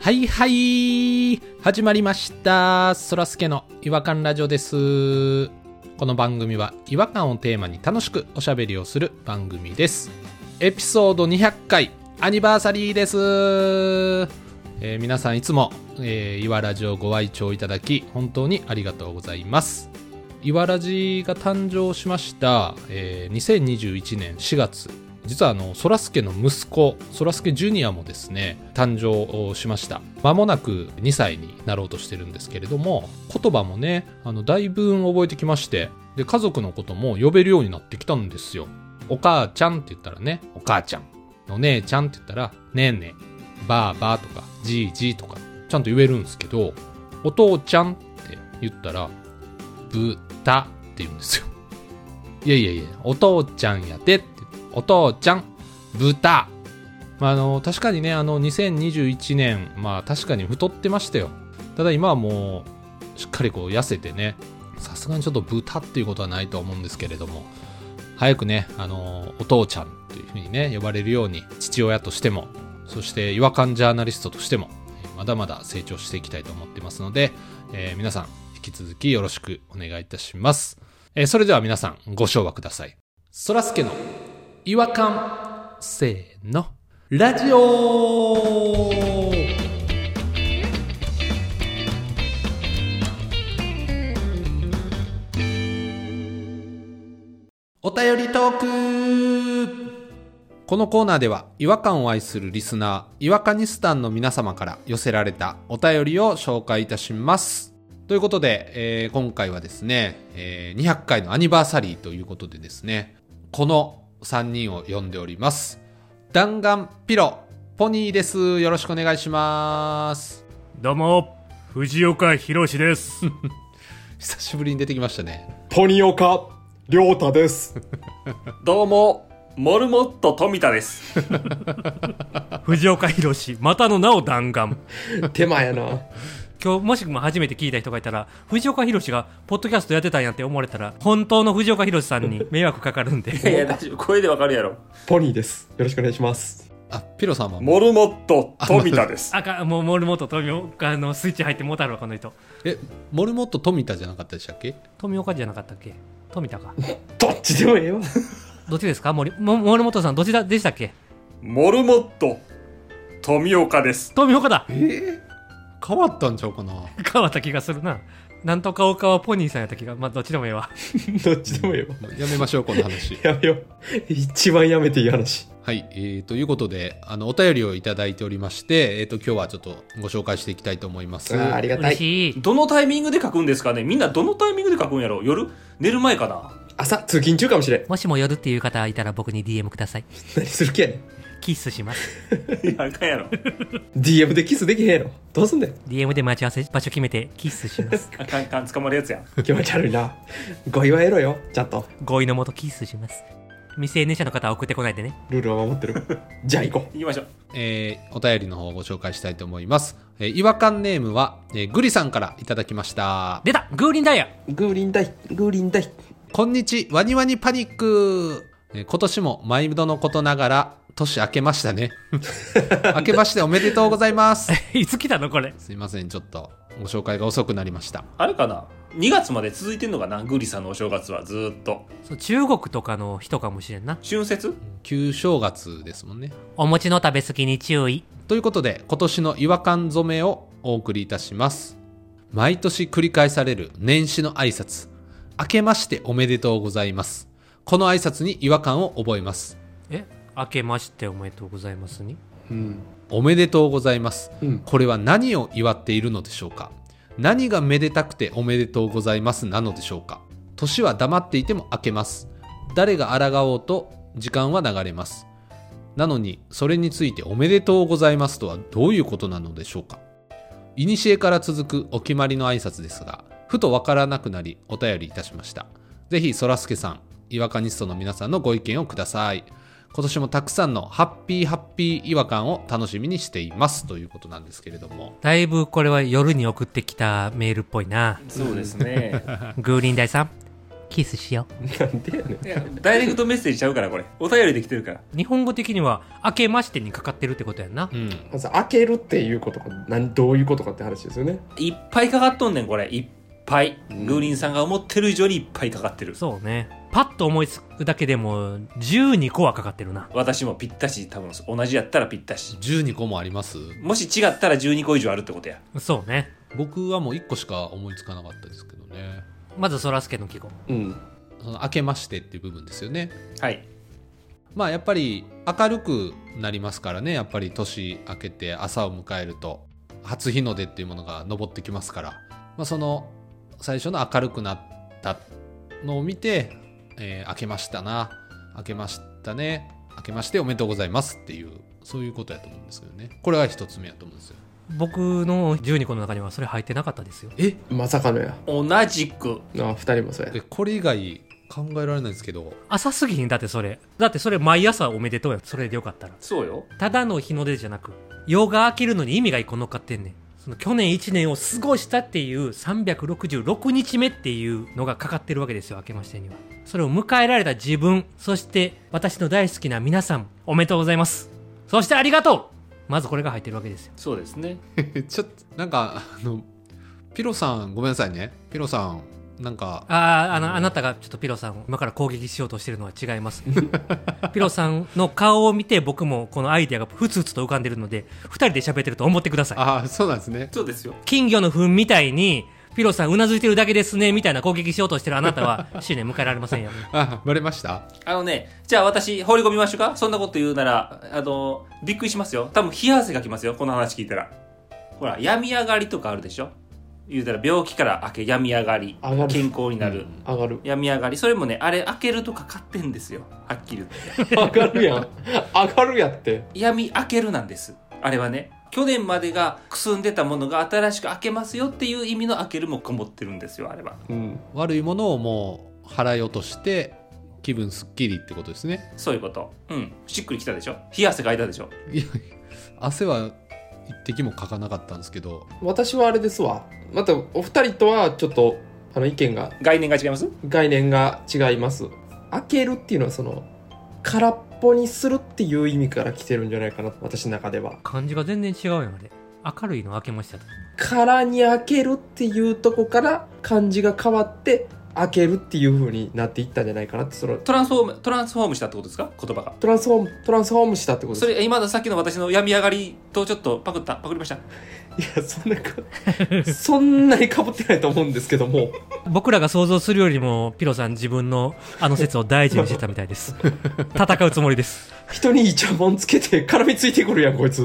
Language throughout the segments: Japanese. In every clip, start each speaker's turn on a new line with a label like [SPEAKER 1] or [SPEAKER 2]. [SPEAKER 1] はいはい始まりましたそらすけの違和感ラジオですこの番組は違和感をテーマに楽しくおしゃべりをする番組ですエピソード200回アニバーサリーです、えー皆さんいつも、えー、いわラジオご愛聴いただき本当にありがとうございますいわらじが誕生しました、えー2021年4月実はあのそらすけの息子そらすけジュニアもですね誕生をしました間もなく2歳になろうとしてるんですけれども言葉もねあのだいぶん覚えてきましてで家族のことも呼べるようになってきたんですよお母ちゃんって言ったらねお母ちゃんお姉ちゃんって言ったらねえねえばあばあとかじいじいとかちゃんと言えるんですけどお父ちゃんって言ったら豚って言うんですよ。いやいやいや、お父ちゃんやでって言って。お父ちゃん、豚。まあ、あの、確かにね、あの、2021年、まあ確かに太ってましたよ。ただ今はもう、しっかりこう痩せてね、さすがにちょっと豚っていうことはないと思うんですけれども、早くね、あの、お父ちゃんというふうにね、呼ばれるように、父親としても、そして違和感ジャーナリストとしても、まだまだ成長していきたいと思ってますので、えー皆さん、引き続きよろしくお願いいたします。えーそれでは皆さん、ご唱和ください。そらすけの違和感、せーの、ラジオお便りトークこのコーナーでは違和感を愛するリスナー違和感ニスタンの皆様から寄せられたお便りを紹介いたしますということで、えー今回はですね、えー200回のアニバーサリーということでですねこの3人を呼んでおります弾丸ピロポニーですよろしくお願いします
[SPEAKER 2] どうも、藤岡弘です。
[SPEAKER 1] 久しぶりに出てきましたね
[SPEAKER 3] ポニオカ、りょうたです。
[SPEAKER 4] どうも、モルモット富田です。
[SPEAKER 2] 藤岡弘、またの名を弾丸。
[SPEAKER 3] 手間やな。
[SPEAKER 2] 今日、もしも初めて聞いた人がいたら、藤岡弘が、ポッドキャストやってたんやって思われたら、本当の藤岡弘さん に迷惑かかるん
[SPEAKER 4] いやい
[SPEAKER 2] で。
[SPEAKER 4] や、大丈夫。声でわかるやろ。
[SPEAKER 3] ポニーです。よろしくお願いします。
[SPEAKER 1] あピロさんは
[SPEAKER 4] モルモット富田です。
[SPEAKER 2] あか、もう、モルモット富岡のスイッチ入ってもうたろ、この人。
[SPEAKER 1] えモルモット富田じゃなかったでしたっけ
[SPEAKER 2] 富岡じゃなかったっけ富田 か。
[SPEAKER 3] どっちでもええわ。
[SPEAKER 2] どっちですかモリモモルモットさん、どちらでしたっけ
[SPEAKER 4] モルモット富岡です。
[SPEAKER 2] 富岡だ
[SPEAKER 1] 変わったんちゃうかな
[SPEAKER 2] 変わった気がするな。なんとか岡はポニーさんやった気が、まあ、どっちでもええわ。
[SPEAKER 3] どっちでもええ
[SPEAKER 1] やめましょうこの 話
[SPEAKER 3] わ。やめよう。一番やめていい話。
[SPEAKER 1] はい、えーということであのお便りをいただいておりまして、えー、と今日はちょっとご紹介していきたいと思います。
[SPEAKER 3] あありがた
[SPEAKER 2] 嬉
[SPEAKER 3] い。
[SPEAKER 2] しい。
[SPEAKER 4] どのタイミングで書くんですかねみんなどのタイミングで書くんやろ夜寝る前かな
[SPEAKER 3] 朝、通勤中かもしれん。
[SPEAKER 2] もしも夜っていう方いたら僕に DM ください。
[SPEAKER 3] 何する気やね
[SPEAKER 2] キスします。
[SPEAKER 4] いや、あかんやろ。
[SPEAKER 3] ん。DM でキスできへんやろ。どうすんだよ。
[SPEAKER 2] DM で待ち合わせ場所決めてキスし ます。
[SPEAKER 4] あかん、あかん、捕まるやつや。
[SPEAKER 3] 気持ち悪いな。ご祝いろよ。ちゃんと。
[SPEAKER 2] 合意のもとキスします。未成年者の方は送ってこないでね。
[SPEAKER 3] ルールは守って る。じゃあ行こ
[SPEAKER 4] 行きましょう。
[SPEAKER 1] えーお便りの方をご紹介したいと思います。えー違和感ネームは、えーグリさんからいただきました。
[SPEAKER 2] 出たグーリンダイヤ
[SPEAKER 3] う。グーリンダイ、グーリンダイ。
[SPEAKER 1] こんにちワニワニパニック、えー今年も毎度のことながら年明けましたね。明けましておめでとうございます。
[SPEAKER 2] いつ来たのこれ。
[SPEAKER 1] すいませんちょっとご紹介が遅くなりました。
[SPEAKER 4] あれかな ?2 月まで続いてんのかなグリさんのお正月はずーっと。
[SPEAKER 2] そう中国とかの人かもしれんな。
[SPEAKER 4] 春節
[SPEAKER 1] 旧正月ですもんね。
[SPEAKER 2] お餅の食べ過ぎに注意。
[SPEAKER 1] ということで今年の違和感染めをお送りいたします毎年繰り返される年始の挨拶明けましておめでとうございますこの挨拶に違和感を覚えます
[SPEAKER 2] え明けましておめでとうございますに。
[SPEAKER 3] うん。
[SPEAKER 1] おめでとうございます
[SPEAKER 3] うん。
[SPEAKER 1] これは何を祝っているのでしょうか何がめでたくておめでとうございますなのでしょうか年は黙っていても明けます誰が抗おうと時間は流れますなのにそれについておめでとうございますとはどういうことなのでしょうか古から続くお決まりの挨拶ですがふとわからなくなりお便りいたしましたぜひそらすけさん違和感ニストの皆さんのご意見をください今年もたくさんのハッピーハッピー違和感を楽しみにしていますということなんですけれども
[SPEAKER 2] だいぶこれは夜に送ってきたメールっぽいな。
[SPEAKER 4] そうですね。
[SPEAKER 2] グーリンダイさん。キスしよ
[SPEAKER 3] なんでやねん
[SPEAKER 4] いやダイレクトメッセージちゃうからこれお便りできてるから
[SPEAKER 2] う日本語的には「明けまして」にかかってるってことやんな
[SPEAKER 1] うん
[SPEAKER 3] まず開けるっていうことかなんどういうことかって話ですよね
[SPEAKER 4] いっぱいかかっとんねんこれいっぱいグーリンさんが思ってる以上にいっぱいかかってる
[SPEAKER 2] そうねパッと思いつくだけでも12個はかかってるな
[SPEAKER 4] 私もぴったし多分同じやったらぴったし
[SPEAKER 1] 12個もあります
[SPEAKER 4] もし違ったら12個以上あるってことや
[SPEAKER 2] そうね
[SPEAKER 1] 僕はもう1個しか思いつかなかったですけどね
[SPEAKER 2] まずそらすけの記号
[SPEAKER 3] うん
[SPEAKER 1] その明けましてっていう部分ですよね
[SPEAKER 4] はい
[SPEAKER 1] まあやっぱり明るくなりますからねやっぱり年明けて朝を迎えると初日の出っていうものが昇ってきますから、まあ、その最初の明るくなったのを見て、えー明けましたな明けましたね明けましておめでとうございますっていうそういうことやと思うんですけどねこれが一つ目やと思うんですよ
[SPEAKER 2] 僕の12個の中にはそれ入ってなかったですよ
[SPEAKER 1] え
[SPEAKER 3] まさかのや
[SPEAKER 4] 同じく
[SPEAKER 3] あ二人もそうや
[SPEAKER 1] えこれ以外考えられないですけど
[SPEAKER 2] 朝すぎにだってそれだってそれ毎朝おめでとうやそれでよかったら
[SPEAKER 4] そうよ
[SPEAKER 2] ただの日の出じゃなく夜が明けるのに意味が一個乗っかってんねんその去年1年を過ごしたっていう366日目っていうのがかかってるわけですよ明けましてにはそれを迎えられた自分そして私の大好きな皆さんおめでとうございますそしてありがとうまずこれが入ってるわけですよ
[SPEAKER 4] そうですね
[SPEAKER 1] え ちょっとなんかあのピロさんごめんなさいねピロさんなんか
[SPEAKER 2] あああのあなたがちょっとピロさんを今から攻撃しようとしてるのは違い ますピロさんの顔を見て僕もこのアイデアがふつふつと浮かんでるので2人で喋ってると思ってください
[SPEAKER 1] ああそうなんですね
[SPEAKER 4] そうですよ
[SPEAKER 2] 金魚の糞みたいに、ピロさんうなずいてるだけですね、みたいな攻撃しようとしてるあなた は、新年迎えられませんよ。
[SPEAKER 1] あバレました
[SPEAKER 4] あのねじゃあ私放り込みましょうかそんなこと言うならあのびっくりしますよ多分冷や汗がきますよこの話聞いたらほら病み上がりとかあるでしょ言うたら病気から明け病み上がり
[SPEAKER 3] 上がる
[SPEAKER 4] 健康になる、
[SPEAKER 3] 上がる
[SPEAKER 4] 病み上がりそれもねあれ開けるとか買ってんですよはっきり言って
[SPEAKER 3] 上がるやん上がるやって
[SPEAKER 4] 闇開けるなんですあれはね去年までがくすんでたものが新しく開けますよっていう意味の開けるもこもってるんですよあれは
[SPEAKER 3] うん
[SPEAKER 1] 悪いものをもう払い落として気分すっきりってことですね
[SPEAKER 4] そういうことうんしっくりきたでしょ冷や汗かいたでしょ
[SPEAKER 1] いや汗は一滴もかかなかったんですけど
[SPEAKER 3] 私はあれですわまたお二人とはちょっとあの意見が
[SPEAKER 4] 概念が違います
[SPEAKER 3] 概念が違います開けるっていうのはその空っぽにするっていう意味から来てるんじゃないかな私の中では
[SPEAKER 2] 漢字が全然違うやん、あれ。明るいの明けましたと。
[SPEAKER 3] 空に開けるっていうとこから漢字が変わって開けるっていう風になっていったんじゃないかなってその
[SPEAKER 4] トランスフォームトランスフォームしたってことですか言葉が
[SPEAKER 3] トランスフォームトランスフォームしたってこと
[SPEAKER 4] そ
[SPEAKER 3] です
[SPEAKER 4] れ今のさっきの私の病み上がりとちょっとパクったパクりました
[SPEAKER 3] いやそんなかそんなにかぶってないと思うんですけども
[SPEAKER 2] 僕らが想像するよりも、ピロさん自分のあの説を大事にしてたみたいです。戦うつもりです。
[SPEAKER 3] 人にイチャモンつけて絡みついてくるやんこいつ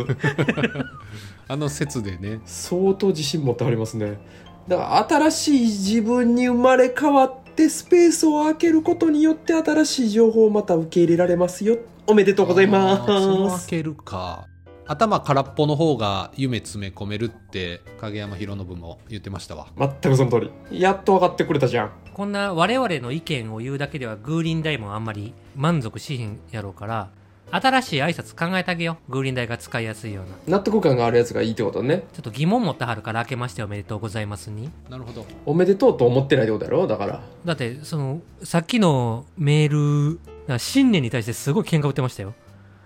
[SPEAKER 1] あの説でね
[SPEAKER 3] 相当自信持ってありますねだから新しい自分に生まれ変わってスペースを空けることによって新しい情報をまた受け入れられますよおめでとうございま
[SPEAKER 1] あーその開
[SPEAKER 3] す
[SPEAKER 1] けるか頭空っぽの方が夢詰め込めるって影山博信も言ってましたわ
[SPEAKER 3] 全くその通りやっと分かってくれたじゃん
[SPEAKER 2] こんな我々の意見を言うだけでは、グーリン大もあんまり満足しへんやろうから、新しい挨拶考えてあげよう。グーリン大が使いやすいような。
[SPEAKER 3] 納得感があるやつがいいってことね
[SPEAKER 2] ちょっと疑問持ってはるから、明けましておめでとうございますに。
[SPEAKER 1] なるほど
[SPEAKER 3] おめでとうと思ってないってことやろだから
[SPEAKER 2] だってそのさっきのメールな新年に対してすごい喧嘩売ってましたよ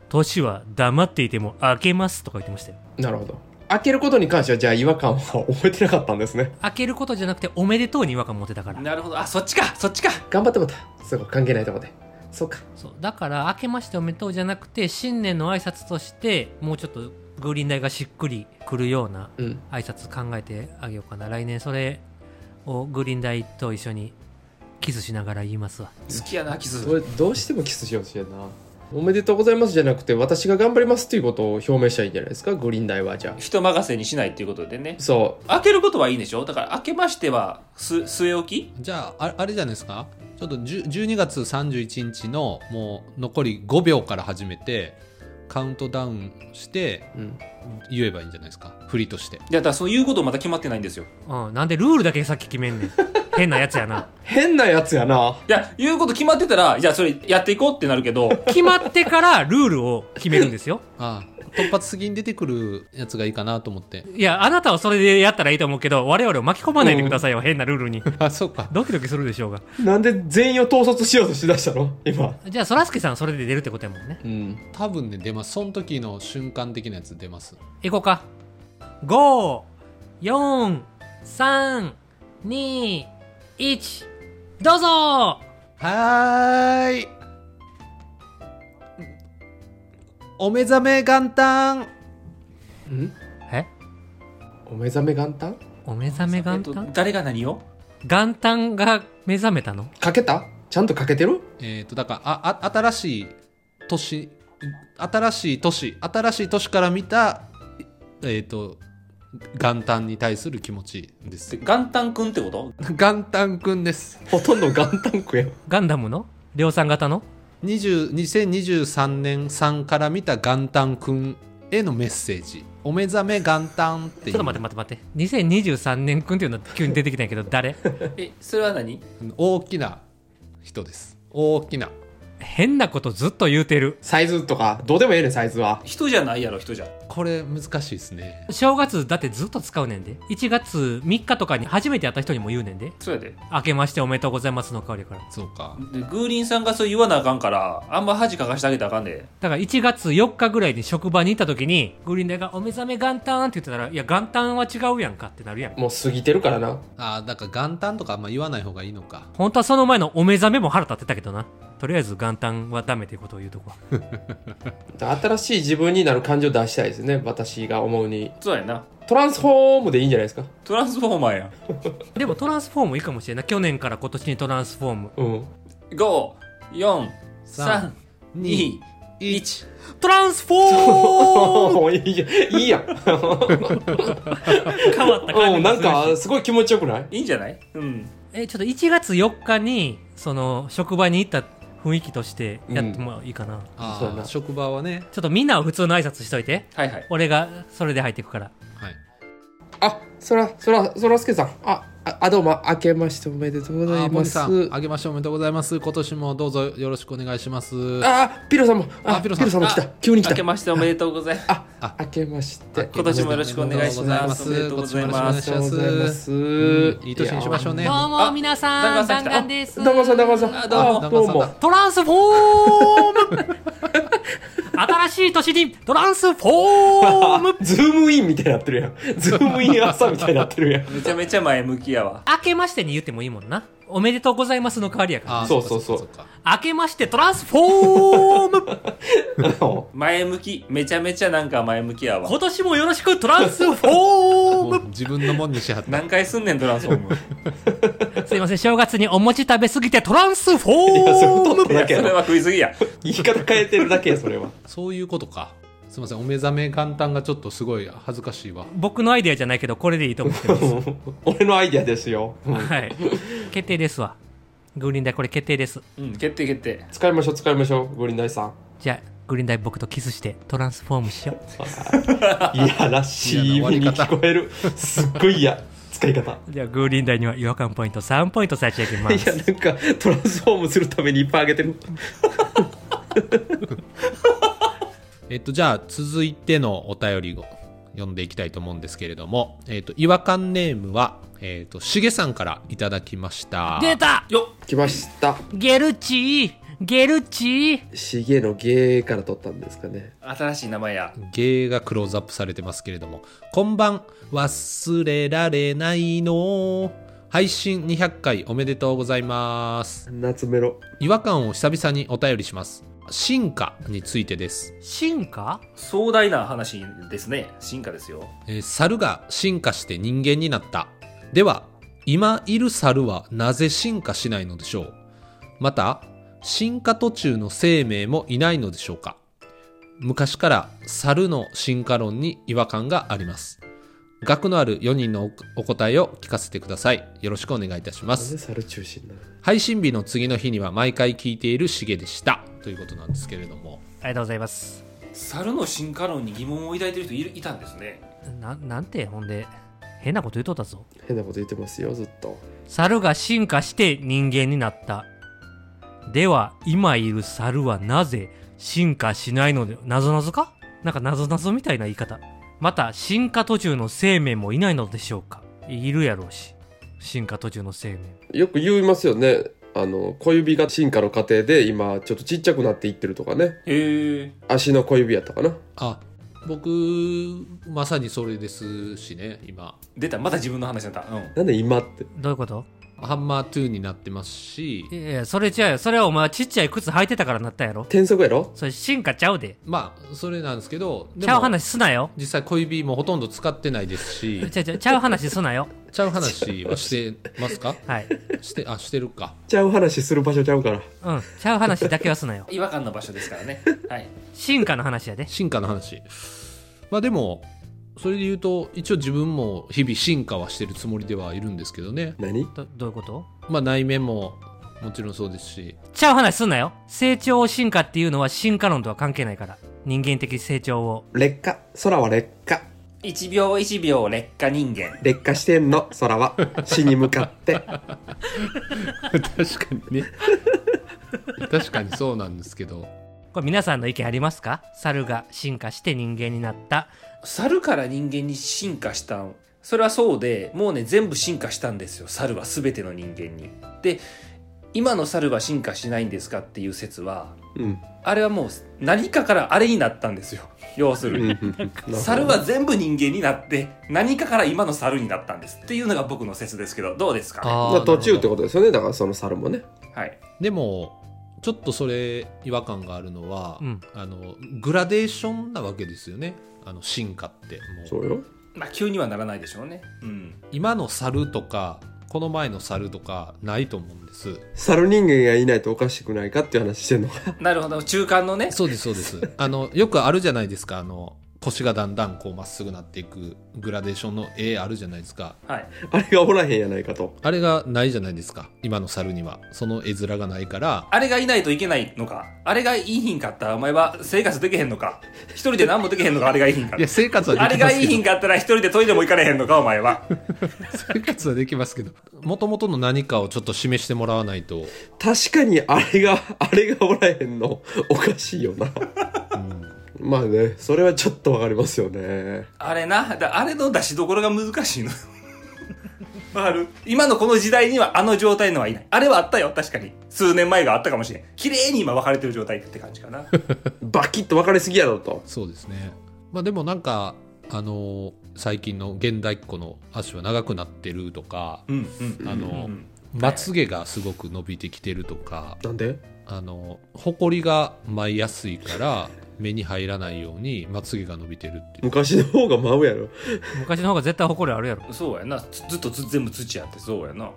[SPEAKER 2] 年は黙っていても明けますとか言ってましたよ
[SPEAKER 3] なるほど開けることに関してはじゃあ違和感は覚えてなかったんですね
[SPEAKER 2] 明けることじゃなくておめでとうに違和感持ってたから
[SPEAKER 4] なるほどあそっちかそっちか
[SPEAKER 3] 頑張ってもらったそうか関係ないとこでそうか
[SPEAKER 2] そうだから明けましておめでとうじゃなくて新年の挨拶としてもうちょっとグリーン代がしっくりくるような
[SPEAKER 3] うん
[SPEAKER 2] 挨拶考えてあげようかな来年それをグリーン代と一緒にキスしながら言いますわ
[SPEAKER 4] 好きやなキス
[SPEAKER 3] 俺どうしてもキスしようとしてんなおめでとうございますじゃなくて私が頑張りますっていうことを表明したらいいんじゃないですかグリーンダイはじゃあ
[SPEAKER 4] 人任せにしないっていうことでね
[SPEAKER 3] そ
[SPEAKER 4] 開けることはいいんでしょだから開けましてはす据え置き
[SPEAKER 1] じゃあああれじゃないですかちょっと10 12月31日のもう残り5秒から始めてカウントダウンして
[SPEAKER 3] う、うん、
[SPEAKER 1] 言えばいいんじゃないですか振りとして
[SPEAKER 4] いやだからその言うことまだ決まってないんですよ
[SPEAKER 2] うんなんでルールだけさっき決めん ねん変なやつやな
[SPEAKER 3] 変なやつやない
[SPEAKER 4] や言うこと決まってたらじゃあそれやっていこうってなるけど
[SPEAKER 2] 決まってからルールを決めるんですよ
[SPEAKER 1] ああ突発的に出てくるやつがいいかなと思って。
[SPEAKER 2] いや、あなたはそれでやったらいいと思うけど、我々を巻き込まないでくださいよ、変なルール に。
[SPEAKER 1] あ、そうか。
[SPEAKER 2] ドキドキするでしょうが。
[SPEAKER 3] なんで全員を統率しようとしだしたの今。
[SPEAKER 2] じゃあ、そらすけさんそれで出るってことやもんね。
[SPEAKER 3] うん。
[SPEAKER 1] 多分ね、出ます。その時の瞬間的なやつ出ます。
[SPEAKER 2] 行こうか。5、4、3、2、1、どうぞ
[SPEAKER 1] はーい。お目覚め元旦
[SPEAKER 3] ん
[SPEAKER 2] え
[SPEAKER 3] お目覚め元旦
[SPEAKER 2] お目覚め元
[SPEAKER 4] えっと
[SPEAKER 2] 旦
[SPEAKER 4] 誰が何を
[SPEAKER 2] 元旦が目覚めたの
[SPEAKER 3] かけたちゃんとかけてる
[SPEAKER 1] えっ、と、だから、あ、あ、新しい年、新しい年、新しい年から見た、えっ、と、元旦に対する気持ちです。
[SPEAKER 4] 元旦くんってこと
[SPEAKER 1] 元旦くんです。
[SPEAKER 3] ほとんど元旦くやん。
[SPEAKER 2] ガンダムの量産型の
[SPEAKER 1] 20 2023年3から見た元旦くんへのメッセージ。お目覚め元旦っていう。
[SPEAKER 2] ちょっと待って待って待って。2023年くんっていうの急に出てきたんやけど、誰
[SPEAKER 4] えそれは何
[SPEAKER 1] 大きな人です。大きな。
[SPEAKER 2] 変なことずっと言うてる。
[SPEAKER 3] サイズとか、どうでもええねん、サイズは。
[SPEAKER 4] 人じゃないやろ人じゃ
[SPEAKER 1] これ難しいですね。
[SPEAKER 2] 正月だってずっと使うねんで。1月3日とかに初めて会った人にも言うねんで。
[SPEAKER 4] そうやで
[SPEAKER 2] 明けましておめでとうございますの代わりやから。
[SPEAKER 1] そうか。
[SPEAKER 4] でグーリンさんがそう言わなあかんからあんま恥かかしてあげたらあかんで
[SPEAKER 2] だから1月4日ぐらいに職場に行った時に、グリーンダイがお目覚め元旦って言ってたら、いや元旦は違うやんかってなるやん。
[SPEAKER 3] もう過ぎてるからな。
[SPEAKER 1] ああ、だから元旦とかあんま言わない方がいいのか。
[SPEAKER 2] 本当はその前のお目覚めも腹立ってたけどな。とりあえず元旦はダメということを言うとこは。
[SPEAKER 3] 新しい自分になる感情出したいですね、私が思うに。
[SPEAKER 4] そうやな
[SPEAKER 3] トランスフォームでいいんじゃないですか。
[SPEAKER 4] トランスフォーマーやん
[SPEAKER 2] でもトランスフォームいいかもしれんない。去年から今年にトランスフォーム。
[SPEAKER 3] うん。
[SPEAKER 4] 54321
[SPEAKER 1] 2、1。
[SPEAKER 2] トランスフォー ム
[SPEAKER 3] おいいやん。いいやん。
[SPEAKER 2] 変わった感
[SPEAKER 3] う
[SPEAKER 2] じ
[SPEAKER 3] ん、
[SPEAKER 2] が
[SPEAKER 3] な
[SPEAKER 2] するし
[SPEAKER 3] んか、すごい気持ちよくない
[SPEAKER 4] いいんじゃないうん
[SPEAKER 2] え、ちょっと1月4日に、その、職場に行った雰囲気としてやってもいいかな。
[SPEAKER 1] あ
[SPEAKER 3] そうや
[SPEAKER 1] あ、
[SPEAKER 3] な
[SPEAKER 1] 職場はね。
[SPEAKER 2] ちょっとみんなは普通の挨拶しといて。
[SPEAKER 4] はいはい
[SPEAKER 2] 俺がそれで入っていくから。
[SPEAKER 1] はい。
[SPEAKER 3] あ、そら、そら、そらすけさん。あ、あ、あどうも、明けましておめでとうござ
[SPEAKER 1] あ
[SPEAKER 3] い
[SPEAKER 1] ー、ポ
[SPEAKER 3] ま
[SPEAKER 1] ニー
[SPEAKER 3] す。
[SPEAKER 1] さ
[SPEAKER 3] あ
[SPEAKER 1] ん、あげましておめでとうございます。今年もどうぞよろしくお願いします。
[SPEAKER 3] あ、ピロさんも、あ、
[SPEAKER 1] あピ
[SPEAKER 3] ピ
[SPEAKER 1] ロ
[SPEAKER 3] ロ
[SPEAKER 1] さん
[SPEAKER 3] さんも来た
[SPEAKER 4] あ。
[SPEAKER 3] 急に来
[SPEAKER 4] 明け
[SPEAKER 3] た。
[SPEAKER 4] ましておめでとうございます
[SPEAKER 3] あ、
[SPEAKER 1] あ
[SPEAKER 3] 明けまして。
[SPEAKER 1] 今
[SPEAKER 4] 年もよろしくお願いします
[SPEAKER 1] 今年もよろしくお願いし
[SPEAKER 3] あり
[SPEAKER 1] ま
[SPEAKER 3] が
[SPEAKER 1] す
[SPEAKER 3] とうございます。
[SPEAKER 1] うんいい年にしましょうね。
[SPEAKER 2] どう
[SPEAKER 4] あ
[SPEAKER 2] も皆さ
[SPEAKER 4] 弾
[SPEAKER 2] ん、
[SPEAKER 4] 丸さ
[SPEAKER 2] ダン
[SPEAKER 4] ん来た
[SPEAKER 2] ガンです。
[SPEAKER 3] どうもさん、どうもさん。
[SPEAKER 4] あ
[SPEAKER 3] あ、
[SPEAKER 4] どうも
[SPEAKER 3] どう
[SPEAKER 1] どうもさ
[SPEAKER 3] も
[SPEAKER 1] ん。
[SPEAKER 2] トランスフォ ーム新しい年にトランスフォーム
[SPEAKER 3] ズームインみたいになってるやん。ズームイン朝みたいになってるや ん。
[SPEAKER 4] めちゃめちゃ前向きやわ
[SPEAKER 2] 明けましてに言ってもいいもんな。おめでとうございますの代わりやか
[SPEAKER 1] あー
[SPEAKER 3] そうそうそう
[SPEAKER 1] かかか
[SPEAKER 2] ら。明けましてトランスフォーム
[SPEAKER 4] 前向きめちゃめちゃなんか前向きやわ
[SPEAKER 2] 今年もよろしくトランスフォ
[SPEAKER 1] も
[SPEAKER 2] ー
[SPEAKER 1] う自分のもんにしはった。
[SPEAKER 4] 何回すんねんトランスフォーム
[SPEAKER 2] ム すいません、正月にお餅食べすぎてトランスフ
[SPEAKER 3] いや、それ
[SPEAKER 2] ォー
[SPEAKER 3] 太っ
[SPEAKER 2] ム
[SPEAKER 3] てだけ
[SPEAKER 4] そ
[SPEAKER 3] や
[SPEAKER 4] れ
[SPEAKER 3] ろ。
[SPEAKER 4] は食いすぎや
[SPEAKER 3] 言い方変えてるだけや、それは。
[SPEAKER 1] そういうことか。すみません、お目覚め元旦がちょっとすごい恥ずかしいわ。
[SPEAKER 2] 僕のアイデアじゃないけど、これでいいと思ってます。
[SPEAKER 3] 俺のアイディアですよ。
[SPEAKER 2] はい。決定ですわ。グリーンダイこれ決定です。
[SPEAKER 4] うん決定決定
[SPEAKER 3] 使いましょう、使いましょう、グリーンダイさん。
[SPEAKER 2] じゃあ、グリーンダイ僕とキスしてトランスフォームしよ
[SPEAKER 3] いやらしい意味に聞こえる。すっごい嫌。使い方。
[SPEAKER 2] う。じゃあ、グリーンダイには違和感ポイント3ポイント差し上げま
[SPEAKER 3] いや、
[SPEAKER 2] す。
[SPEAKER 3] なんか、トランスフォームするためにいっぱいあげてる。
[SPEAKER 1] えっと、じゃあ、続いてのお便りを読んでいきたいと思うんですけれども、えっと、違和感ネームは、えっと、しげさんからいただきました。
[SPEAKER 2] 出た
[SPEAKER 4] よ
[SPEAKER 3] 来ました。
[SPEAKER 2] ゲルチーゲルチー
[SPEAKER 3] シゲの芸から取ったんですかね。
[SPEAKER 4] っ新しい名前や
[SPEAKER 1] 芸がクローズアップされてますけれども、こんばん、忘れられないの。配信200回おめでとうございます。
[SPEAKER 3] 夏メロ。
[SPEAKER 1] 違和感を久々にお便りします。進化についてです。
[SPEAKER 2] 進化
[SPEAKER 4] 壮大な話ですね進化ですよ
[SPEAKER 1] えー猿が進化して人間になった。では、今いる猿はなぜ進化しないのでしょうまた、進化途中の生命もいないのでしょうか昔から猿の進化論に違和感があります。額のある4人のおお答えを聞かせてください。よろしくお願いいたしま
[SPEAKER 3] なん
[SPEAKER 1] す
[SPEAKER 3] で。猿中心なの
[SPEAKER 1] 配信日の次の日には毎回聞いているしげでした。ということなんですけれども。
[SPEAKER 2] ありがとうございます。
[SPEAKER 4] 猿の進化論に疑問を抱いてる人いるいたんですね
[SPEAKER 2] な、なんて、ほんで、変なこと言うとったぞ。
[SPEAKER 3] 変なこと言ってますよ、ずっと。
[SPEAKER 2] 猿が進化して人間になった。では、今いる猿はなぜ進化しないので、なぞなぞかなんか謎謎みたいな言い方また進化途中の生命もいないのでしょうかいるやろうし進化途中の生命
[SPEAKER 3] よく言いますよね。あの、小指が進化の過程で今、ちょっとちっちゃくなっていってるとかね。
[SPEAKER 4] へえ
[SPEAKER 3] 足の小指やったかな。
[SPEAKER 1] あ僕まさにそれですしね今
[SPEAKER 4] 出たまた自分の話になった、うん、
[SPEAKER 3] なんで今って。
[SPEAKER 2] どういうこと
[SPEAKER 1] ハンマー2になってますし
[SPEAKER 2] いやいやそれ違うよそれはお前ちっちゃい靴履いてたからなったんやろ
[SPEAKER 3] 転足やろ
[SPEAKER 2] それ進化ちゃうで
[SPEAKER 1] まあそれなんですけどで
[SPEAKER 2] ちゃう
[SPEAKER 1] も
[SPEAKER 2] 話すなよ
[SPEAKER 1] 実際小指もほとんど使ってないです し
[SPEAKER 2] ちゃうちゃうちゃう話すなよ
[SPEAKER 1] ちゃう話はしてますか
[SPEAKER 2] はい
[SPEAKER 1] してあしてるか
[SPEAKER 3] ちゃう話する場所ちゃうから。
[SPEAKER 2] うんちゃう話だけはすなよ
[SPEAKER 4] 違和感の場所ですから ねはい
[SPEAKER 2] 進化の話やで
[SPEAKER 1] 進化の話まあでもそれで言うと一応自分も日々進化はしてるつもりではいるんですけどね
[SPEAKER 3] 何
[SPEAKER 2] どどういうこと
[SPEAKER 1] まあ内面ももちろんそうですし
[SPEAKER 2] ちゃう話すんなよ成長進化っていうのは進化論とは関係ないから人間的成長を
[SPEAKER 3] 劣化。空は劣化。
[SPEAKER 4] 一秒一秒劣化人間
[SPEAKER 3] 劣化してんの、空は。死に向かって。
[SPEAKER 1] 確かにね 確かにそうなんですけど
[SPEAKER 2] これ皆さんの意見ありますか猿が進化して人間になった
[SPEAKER 4] 猿から人間に進化したんそれはそうでもうね全部進化したんですよ猿は全ての人間にで今の猿は進化しないんですかっていう説は
[SPEAKER 3] うん。
[SPEAKER 4] あれはもう何かからあれになったんですよ要す
[SPEAKER 3] う
[SPEAKER 4] る
[SPEAKER 3] んう
[SPEAKER 4] に
[SPEAKER 3] んうん
[SPEAKER 4] 猿は全部人間になって何かから今の猿になったんですっていうのが僕の説ですけどどうですか
[SPEAKER 1] あー
[SPEAKER 3] まあ途中っ
[SPEAKER 1] なる
[SPEAKER 3] て
[SPEAKER 1] ほど
[SPEAKER 3] ことですよね。だからその猿もね。
[SPEAKER 4] はい
[SPEAKER 1] でもちょっとそれ違和感があるのは、
[SPEAKER 2] うん
[SPEAKER 1] あのグラデーションなわけですよねあの進化っても
[SPEAKER 3] そううよ。
[SPEAKER 4] まあ急にはならないでしょうねうん
[SPEAKER 1] 今の猿とかこの前の猿とかないと思うんです
[SPEAKER 3] 猿人間がいないとおかしくないかっていう話してんの か。
[SPEAKER 4] なるほど中間の ね
[SPEAKER 1] そうですそうですあのよくあるじゃないですかあの腰がだんだんこうまっすぐなっていくグラデーションの絵あるじゃないですか
[SPEAKER 4] はい
[SPEAKER 3] あれがおらへんやないかと。
[SPEAKER 1] あれがないじゃないですか今の猿にはその絵面がないから
[SPEAKER 4] あれがいないといけないのかあれがいいひんかったらお前は生活できへんのか一人で何もできへんのかあれがいいひんか
[SPEAKER 1] い
[SPEAKER 4] った
[SPEAKER 1] や生活は
[SPEAKER 4] あ
[SPEAKER 1] で
[SPEAKER 4] れ
[SPEAKER 1] きま
[SPEAKER 4] が
[SPEAKER 1] す
[SPEAKER 4] いい
[SPEAKER 1] け
[SPEAKER 4] ひん
[SPEAKER 1] ど
[SPEAKER 4] かったら一人でトイレも行かれへんのかお前は
[SPEAKER 1] 生活はできますけどもともとの何かをちょっと示してもらわないと、
[SPEAKER 3] 確かにあれが、あれがおらへんのおかしいよ
[SPEAKER 1] う
[SPEAKER 3] な。
[SPEAKER 1] ん
[SPEAKER 3] まあね、それはちょっとわかりますよね。
[SPEAKER 4] あれなだあれの出しどころが難しいの わかる今のこの時代にはあの状態のはいないあれはあったよ確かに数年前があったかもしれん綺麗に今分かれてる状態って感じかな
[SPEAKER 3] バキッと分かれすぎやろと。
[SPEAKER 1] そうですね。まあでもなんか、あのー最近の現代っ子の足は長くなってるとか、
[SPEAKER 4] うんうん
[SPEAKER 1] あのー
[SPEAKER 4] うん
[SPEAKER 1] まつげがすごく伸びてきてるとか、
[SPEAKER 3] なんで
[SPEAKER 1] あのーほこりが舞いやすいから、目に入らないようにまつげが伸びてるっていう。
[SPEAKER 3] 昔の方が舞うやろ。
[SPEAKER 2] 昔の方が絶対誇りあるやろ
[SPEAKER 4] そうやなずずっとず全部土やってそうやな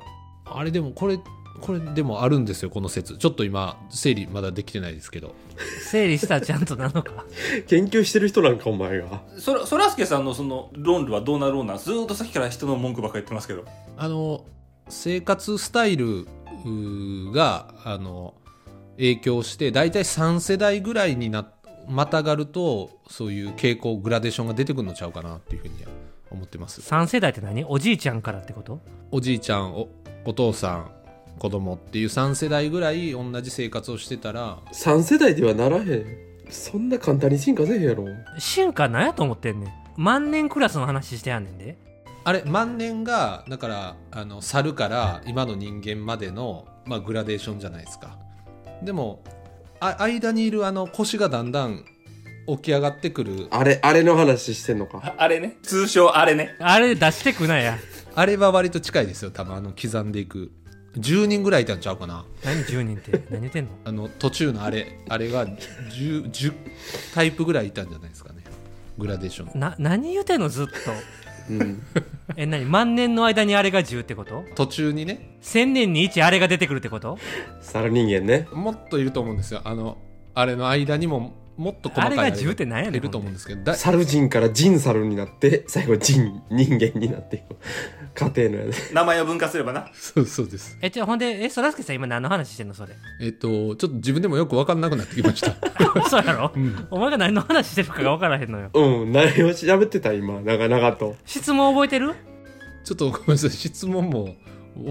[SPEAKER 1] あれでもこれ、これでもあるんですよ、この説。ちょっと今、整理まだできてないですけど。
[SPEAKER 2] 整理したらちゃんとなのか
[SPEAKER 3] 研究してる人なんかお前が。
[SPEAKER 4] そらそらすけさんのその論理はどうなろうなずーっとさっきから人の文句ばっかり言ってますけど
[SPEAKER 1] あの生活スタイルうーがあの影響して大体3世代ぐらいになまたがるとそういう傾向グラデーションが出てくるのちゃうかなっていうふうには思ってます
[SPEAKER 2] 3世代って何おじいちゃんからってこと
[SPEAKER 1] おじいちゃんおお父さん子供っていう3世代ぐらい同じ生活をしてたら
[SPEAKER 3] 3世代ではならへん。そんな簡単に進化せへんやろ。
[SPEAKER 2] 進化なんやと思ってんねん万年クラスの話してやんねんで
[SPEAKER 1] あれ万年がだからあの猿から今の人間までの、まあ、グラデーションじゃないですかでもあ間にいるあの腰がだんだん起き上がってくるあ
[SPEAKER 3] あれ、あれの話してんのか。
[SPEAKER 4] ああれね通称あれね
[SPEAKER 2] あれ出してくなや
[SPEAKER 1] れは割と近いですよ多分あの刻んでいく10人ぐらいいたんちゃうかな
[SPEAKER 2] 何10人って何言ってんの
[SPEAKER 1] あの途中のあれあれが 10, 10タイプぐらいいたんじゃないですかねグラデーション
[SPEAKER 2] な何言うてんのずっと
[SPEAKER 3] うん。
[SPEAKER 2] え何万年の間にあれが10ってこと
[SPEAKER 1] 途中にね
[SPEAKER 2] 千年に1あれが出てくるってこと
[SPEAKER 3] 猿人間ね。
[SPEAKER 1] もっといると思うんですよあのあれの間にももっと細かい
[SPEAKER 2] あれが10って何やね
[SPEAKER 1] い
[SPEAKER 2] ん
[SPEAKER 1] ると思うんですけどだ
[SPEAKER 3] 猿人から人猿になって、最後人、人間になっていく。家庭のやつ。
[SPEAKER 4] 名前を分化すればな
[SPEAKER 1] そうそうです
[SPEAKER 2] えちょほんでえそらすけさん今何の話してんのそれ
[SPEAKER 1] えっと、ちょっと自分でもよく分かんなくなってきました。
[SPEAKER 2] そうやろ、
[SPEAKER 1] ん
[SPEAKER 2] お前が何の話してるかが分からへんのよ
[SPEAKER 3] うん、何を喋ってた今、長々と。
[SPEAKER 2] 質問覚えてる
[SPEAKER 1] ちょっとごめんなさい、質問も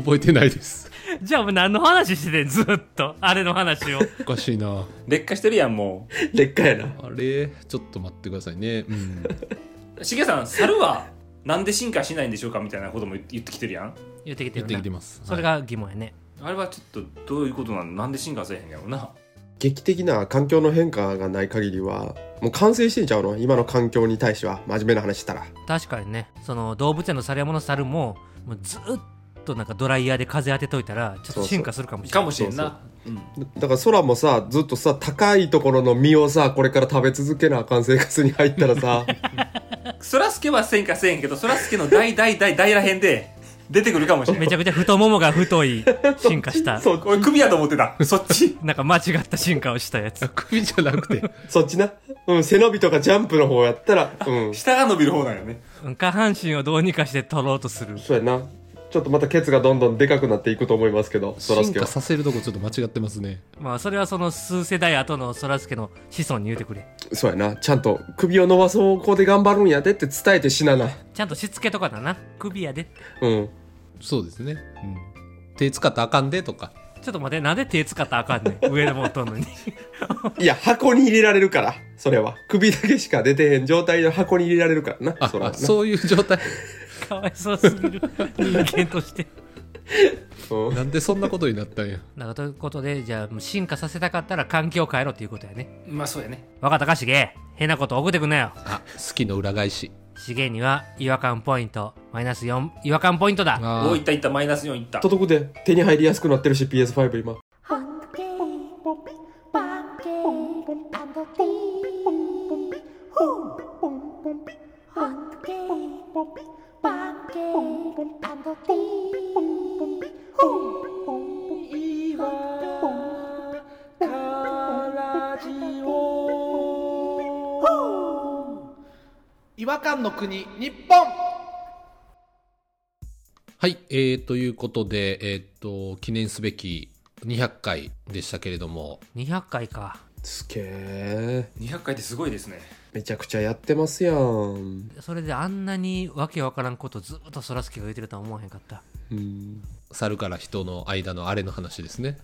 [SPEAKER 1] 覚えてないです。
[SPEAKER 2] じゃあもう何の話しててんずっとあれの話を
[SPEAKER 1] おかしいな。
[SPEAKER 4] 劣化してるやん、も
[SPEAKER 3] 劣化やな。
[SPEAKER 1] あれちょっと待ってくださいね。うん。
[SPEAKER 4] う。しげさん、猿はなんで進化しないんでしょうかみたいなことも言言ってきてるやん。
[SPEAKER 2] 言ってきて
[SPEAKER 1] 言
[SPEAKER 2] る
[SPEAKER 1] って
[SPEAKER 2] な
[SPEAKER 1] きてます。
[SPEAKER 2] それ
[SPEAKER 1] はい
[SPEAKER 2] が疑問やね、
[SPEAKER 4] あれはちょっとどういうことなのなんで進化せえへんやろうな。
[SPEAKER 3] 劇的な環境の変化がない限りは、もう完成してんちゃうの今の環境に対しては、真面目な話したら。
[SPEAKER 2] 確かにねその動物園の猿山の猿ももうずっとなんかドライヤーで風当てといたらちょっと進化するかもしれ
[SPEAKER 4] か
[SPEAKER 2] ない
[SPEAKER 4] もしれんな。うん
[SPEAKER 3] だから空もさ、ずっとさ、高いところの実をさ、これから食べ続けなあかん生活に入った らさ、
[SPEAKER 4] そらすけはせんかせえへんけど、そらすけの大大大大らへんで出てくるかもしれん
[SPEAKER 2] め。ちゃくちゃ太ももが太い進化した
[SPEAKER 3] そ
[SPEAKER 4] 俺、首やと思ってた。そっ ち。
[SPEAKER 2] なんか間違った進化をしたやつ
[SPEAKER 1] あ首じゃなくて、
[SPEAKER 3] そっちな。うん、背伸びとかジャンプの方やったら、うん。
[SPEAKER 4] 下が伸びる方なんよね。
[SPEAKER 2] うん下半身をどうにかして取ろうとする
[SPEAKER 3] そうやな。ちょっとまたケツがどんどんでかくなっていくと思いますけど、そらす
[SPEAKER 1] 進
[SPEAKER 3] け
[SPEAKER 1] 化
[SPEAKER 3] は。
[SPEAKER 1] させるとこちょっと間違ってますね。
[SPEAKER 2] まあそれはその数世代後のそらすけの子孫に言うてくれ
[SPEAKER 3] そうやな。ちゃんと首を伸ばそう、こうで頑張るんやでって伝えて死なな。
[SPEAKER 2] ちゃんとしつけとかだな首やで
[SPEAKER 3] うん。
[SPEAKER 1] そうですね。うん。手使ったらあかんでとか。
[SPEAKER 2] ちょっと待ってなんで手使ったらあかんねん上のもん取んのに
[SPEAKER 3] いや、箱に入れられるから、それは。首だけしか出てへん状態の箱に入れられるからな、
[SPEAKER 1] あ
[SPEAKER 3] そらは
[SPEAKER 1] あ
[SPEAKER 3] な。
[SPEAKER 1] そういう状態。
[SPEAKER 2] かわいそうすぎる人間として
[SPEAKER 3] うん
[SPEAKER 1] なんでそんなことになったんや。
[SPEAKER 2] なんかということでじゃあもう進化させたかったら環境を変えろっていうことやね
[SPEAKER 4] まあそうやね。
[SPEAKER 2] わかったかしげ変なこと送ってくんなよ
[SPEAKER 1] あ、好きの裏返し。
[SPEAKER 2] しげには違和感ポイントマイナス4違和感ポイントだ
[SPEAKER 1] あ
[SPEAKER 4] おい
[SPEAKER 1] ー
[SPEAKER 4] ったいった、マイナス4いった。
[SPEAKER 3] 届くで、手に入りやすくなってるし、PS5 今。
[SPEAKER 5] Hunky,
[SPEAKER 6] 違和感の国日本
[SPEAKER 1] はい、えー、ということで、えーっと、記念すべき200回でしたけれども、
[SPEAKER 2] 200回か
[SPEAKER 3] すげえ。
[SPEAKER 4] 200回ってすごいですね。
[SPEAKER 3] めちゃくちゃやってますやん。
[SPEAKER 2] それであんなにわけわからんことずっとそらすけが言ってるとは思わへんかった
[SPEAKER 3] うん
[SPEAKER 1] 猿から人の間のあれの話ですね。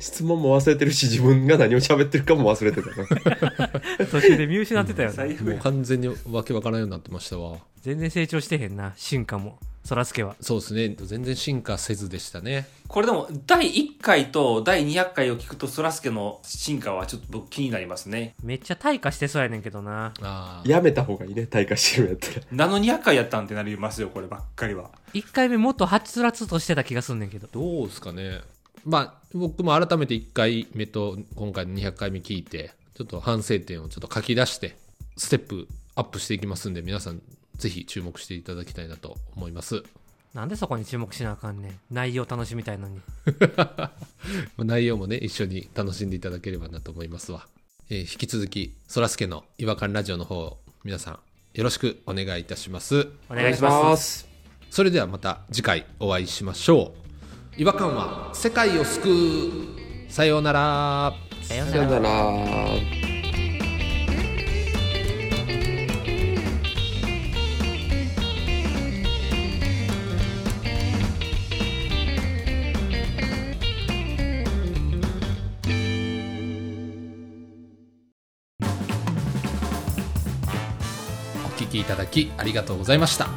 [SPEAKER 3] 質問も忘れてるし、自分が何を喋ってるかも忘れてたな。
[SPEAKER 2] 途中で見失ってたよね
[SPEAKER 4] 最悪
[SPEAKER 1] もう
[SPEAKER 4] や。
[SPEAKER 1] 完全にわけわからんようになってましたわ。
[SPEAKER 2] 全然成長してへんな進化もそらすけは
[SPEAKER 1] そうですね、全然進化せずでしたね。
[SPEAKER 4] これでも、第1回と第200回を聞くと、そらすけの進化はちょっと僕気になりますね。
[SPEAKER 2] めっちゃ退化してそうやねんけどな
[SPEAKER 1] あー
[SPEAKER 3] やめた方がいいね、退化してるんやったら。
[SPEAKER 4] ナノ200回やったんってなりますよ、こればっかりは。
[SPEAKER 2] 1回目もっとはつらつとしてた気がすんねんけど
[SPEAKER 1] どうですかね。まあ、僕も改めて1回目と今回の200回目聞いて、ちょっと反省点をちょっと書き出して、ステップアップしていきますんで、皆さんぜひ注目していただきたいなと思います。
[SPEAKER 2] なんでそこに注目しなあかんねん内容楽しみたいのに
[SPEAKER 1] まあ内容もね、一緒に楽しんでいただければなと思いますわ。えー引き続き、そらすけの違和感ラジオの方、皆さんよろしくお願いいたします。
[SPEAKER 2] お願いし
[SPEAKER 3] お願
[SPEAKER 2] ま
[SPEAKER 3] いしますす。
[SPEAKER 1] それではまた次回お会いしましょう。違和感は世界を救う。さようなら。
[SPEAKER 2] さよう
[SPEAKER 3] さ
[SPEAKER 2] な
[SPEAKER 3] よ
[SPEAKER 2] ら
[SPEAKER 3] なら。
[SPEAKER 1] お聞きいただきありがとうございました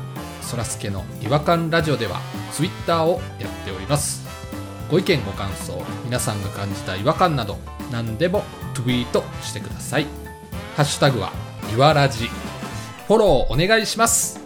[SPEAKER 1] そらすけの違和感ラジオではツイッターをやっておりますご意見ご感想皆さんが感じた違和感など何でもツイートしてくださいハッシュタグはいわらじフォローお願いします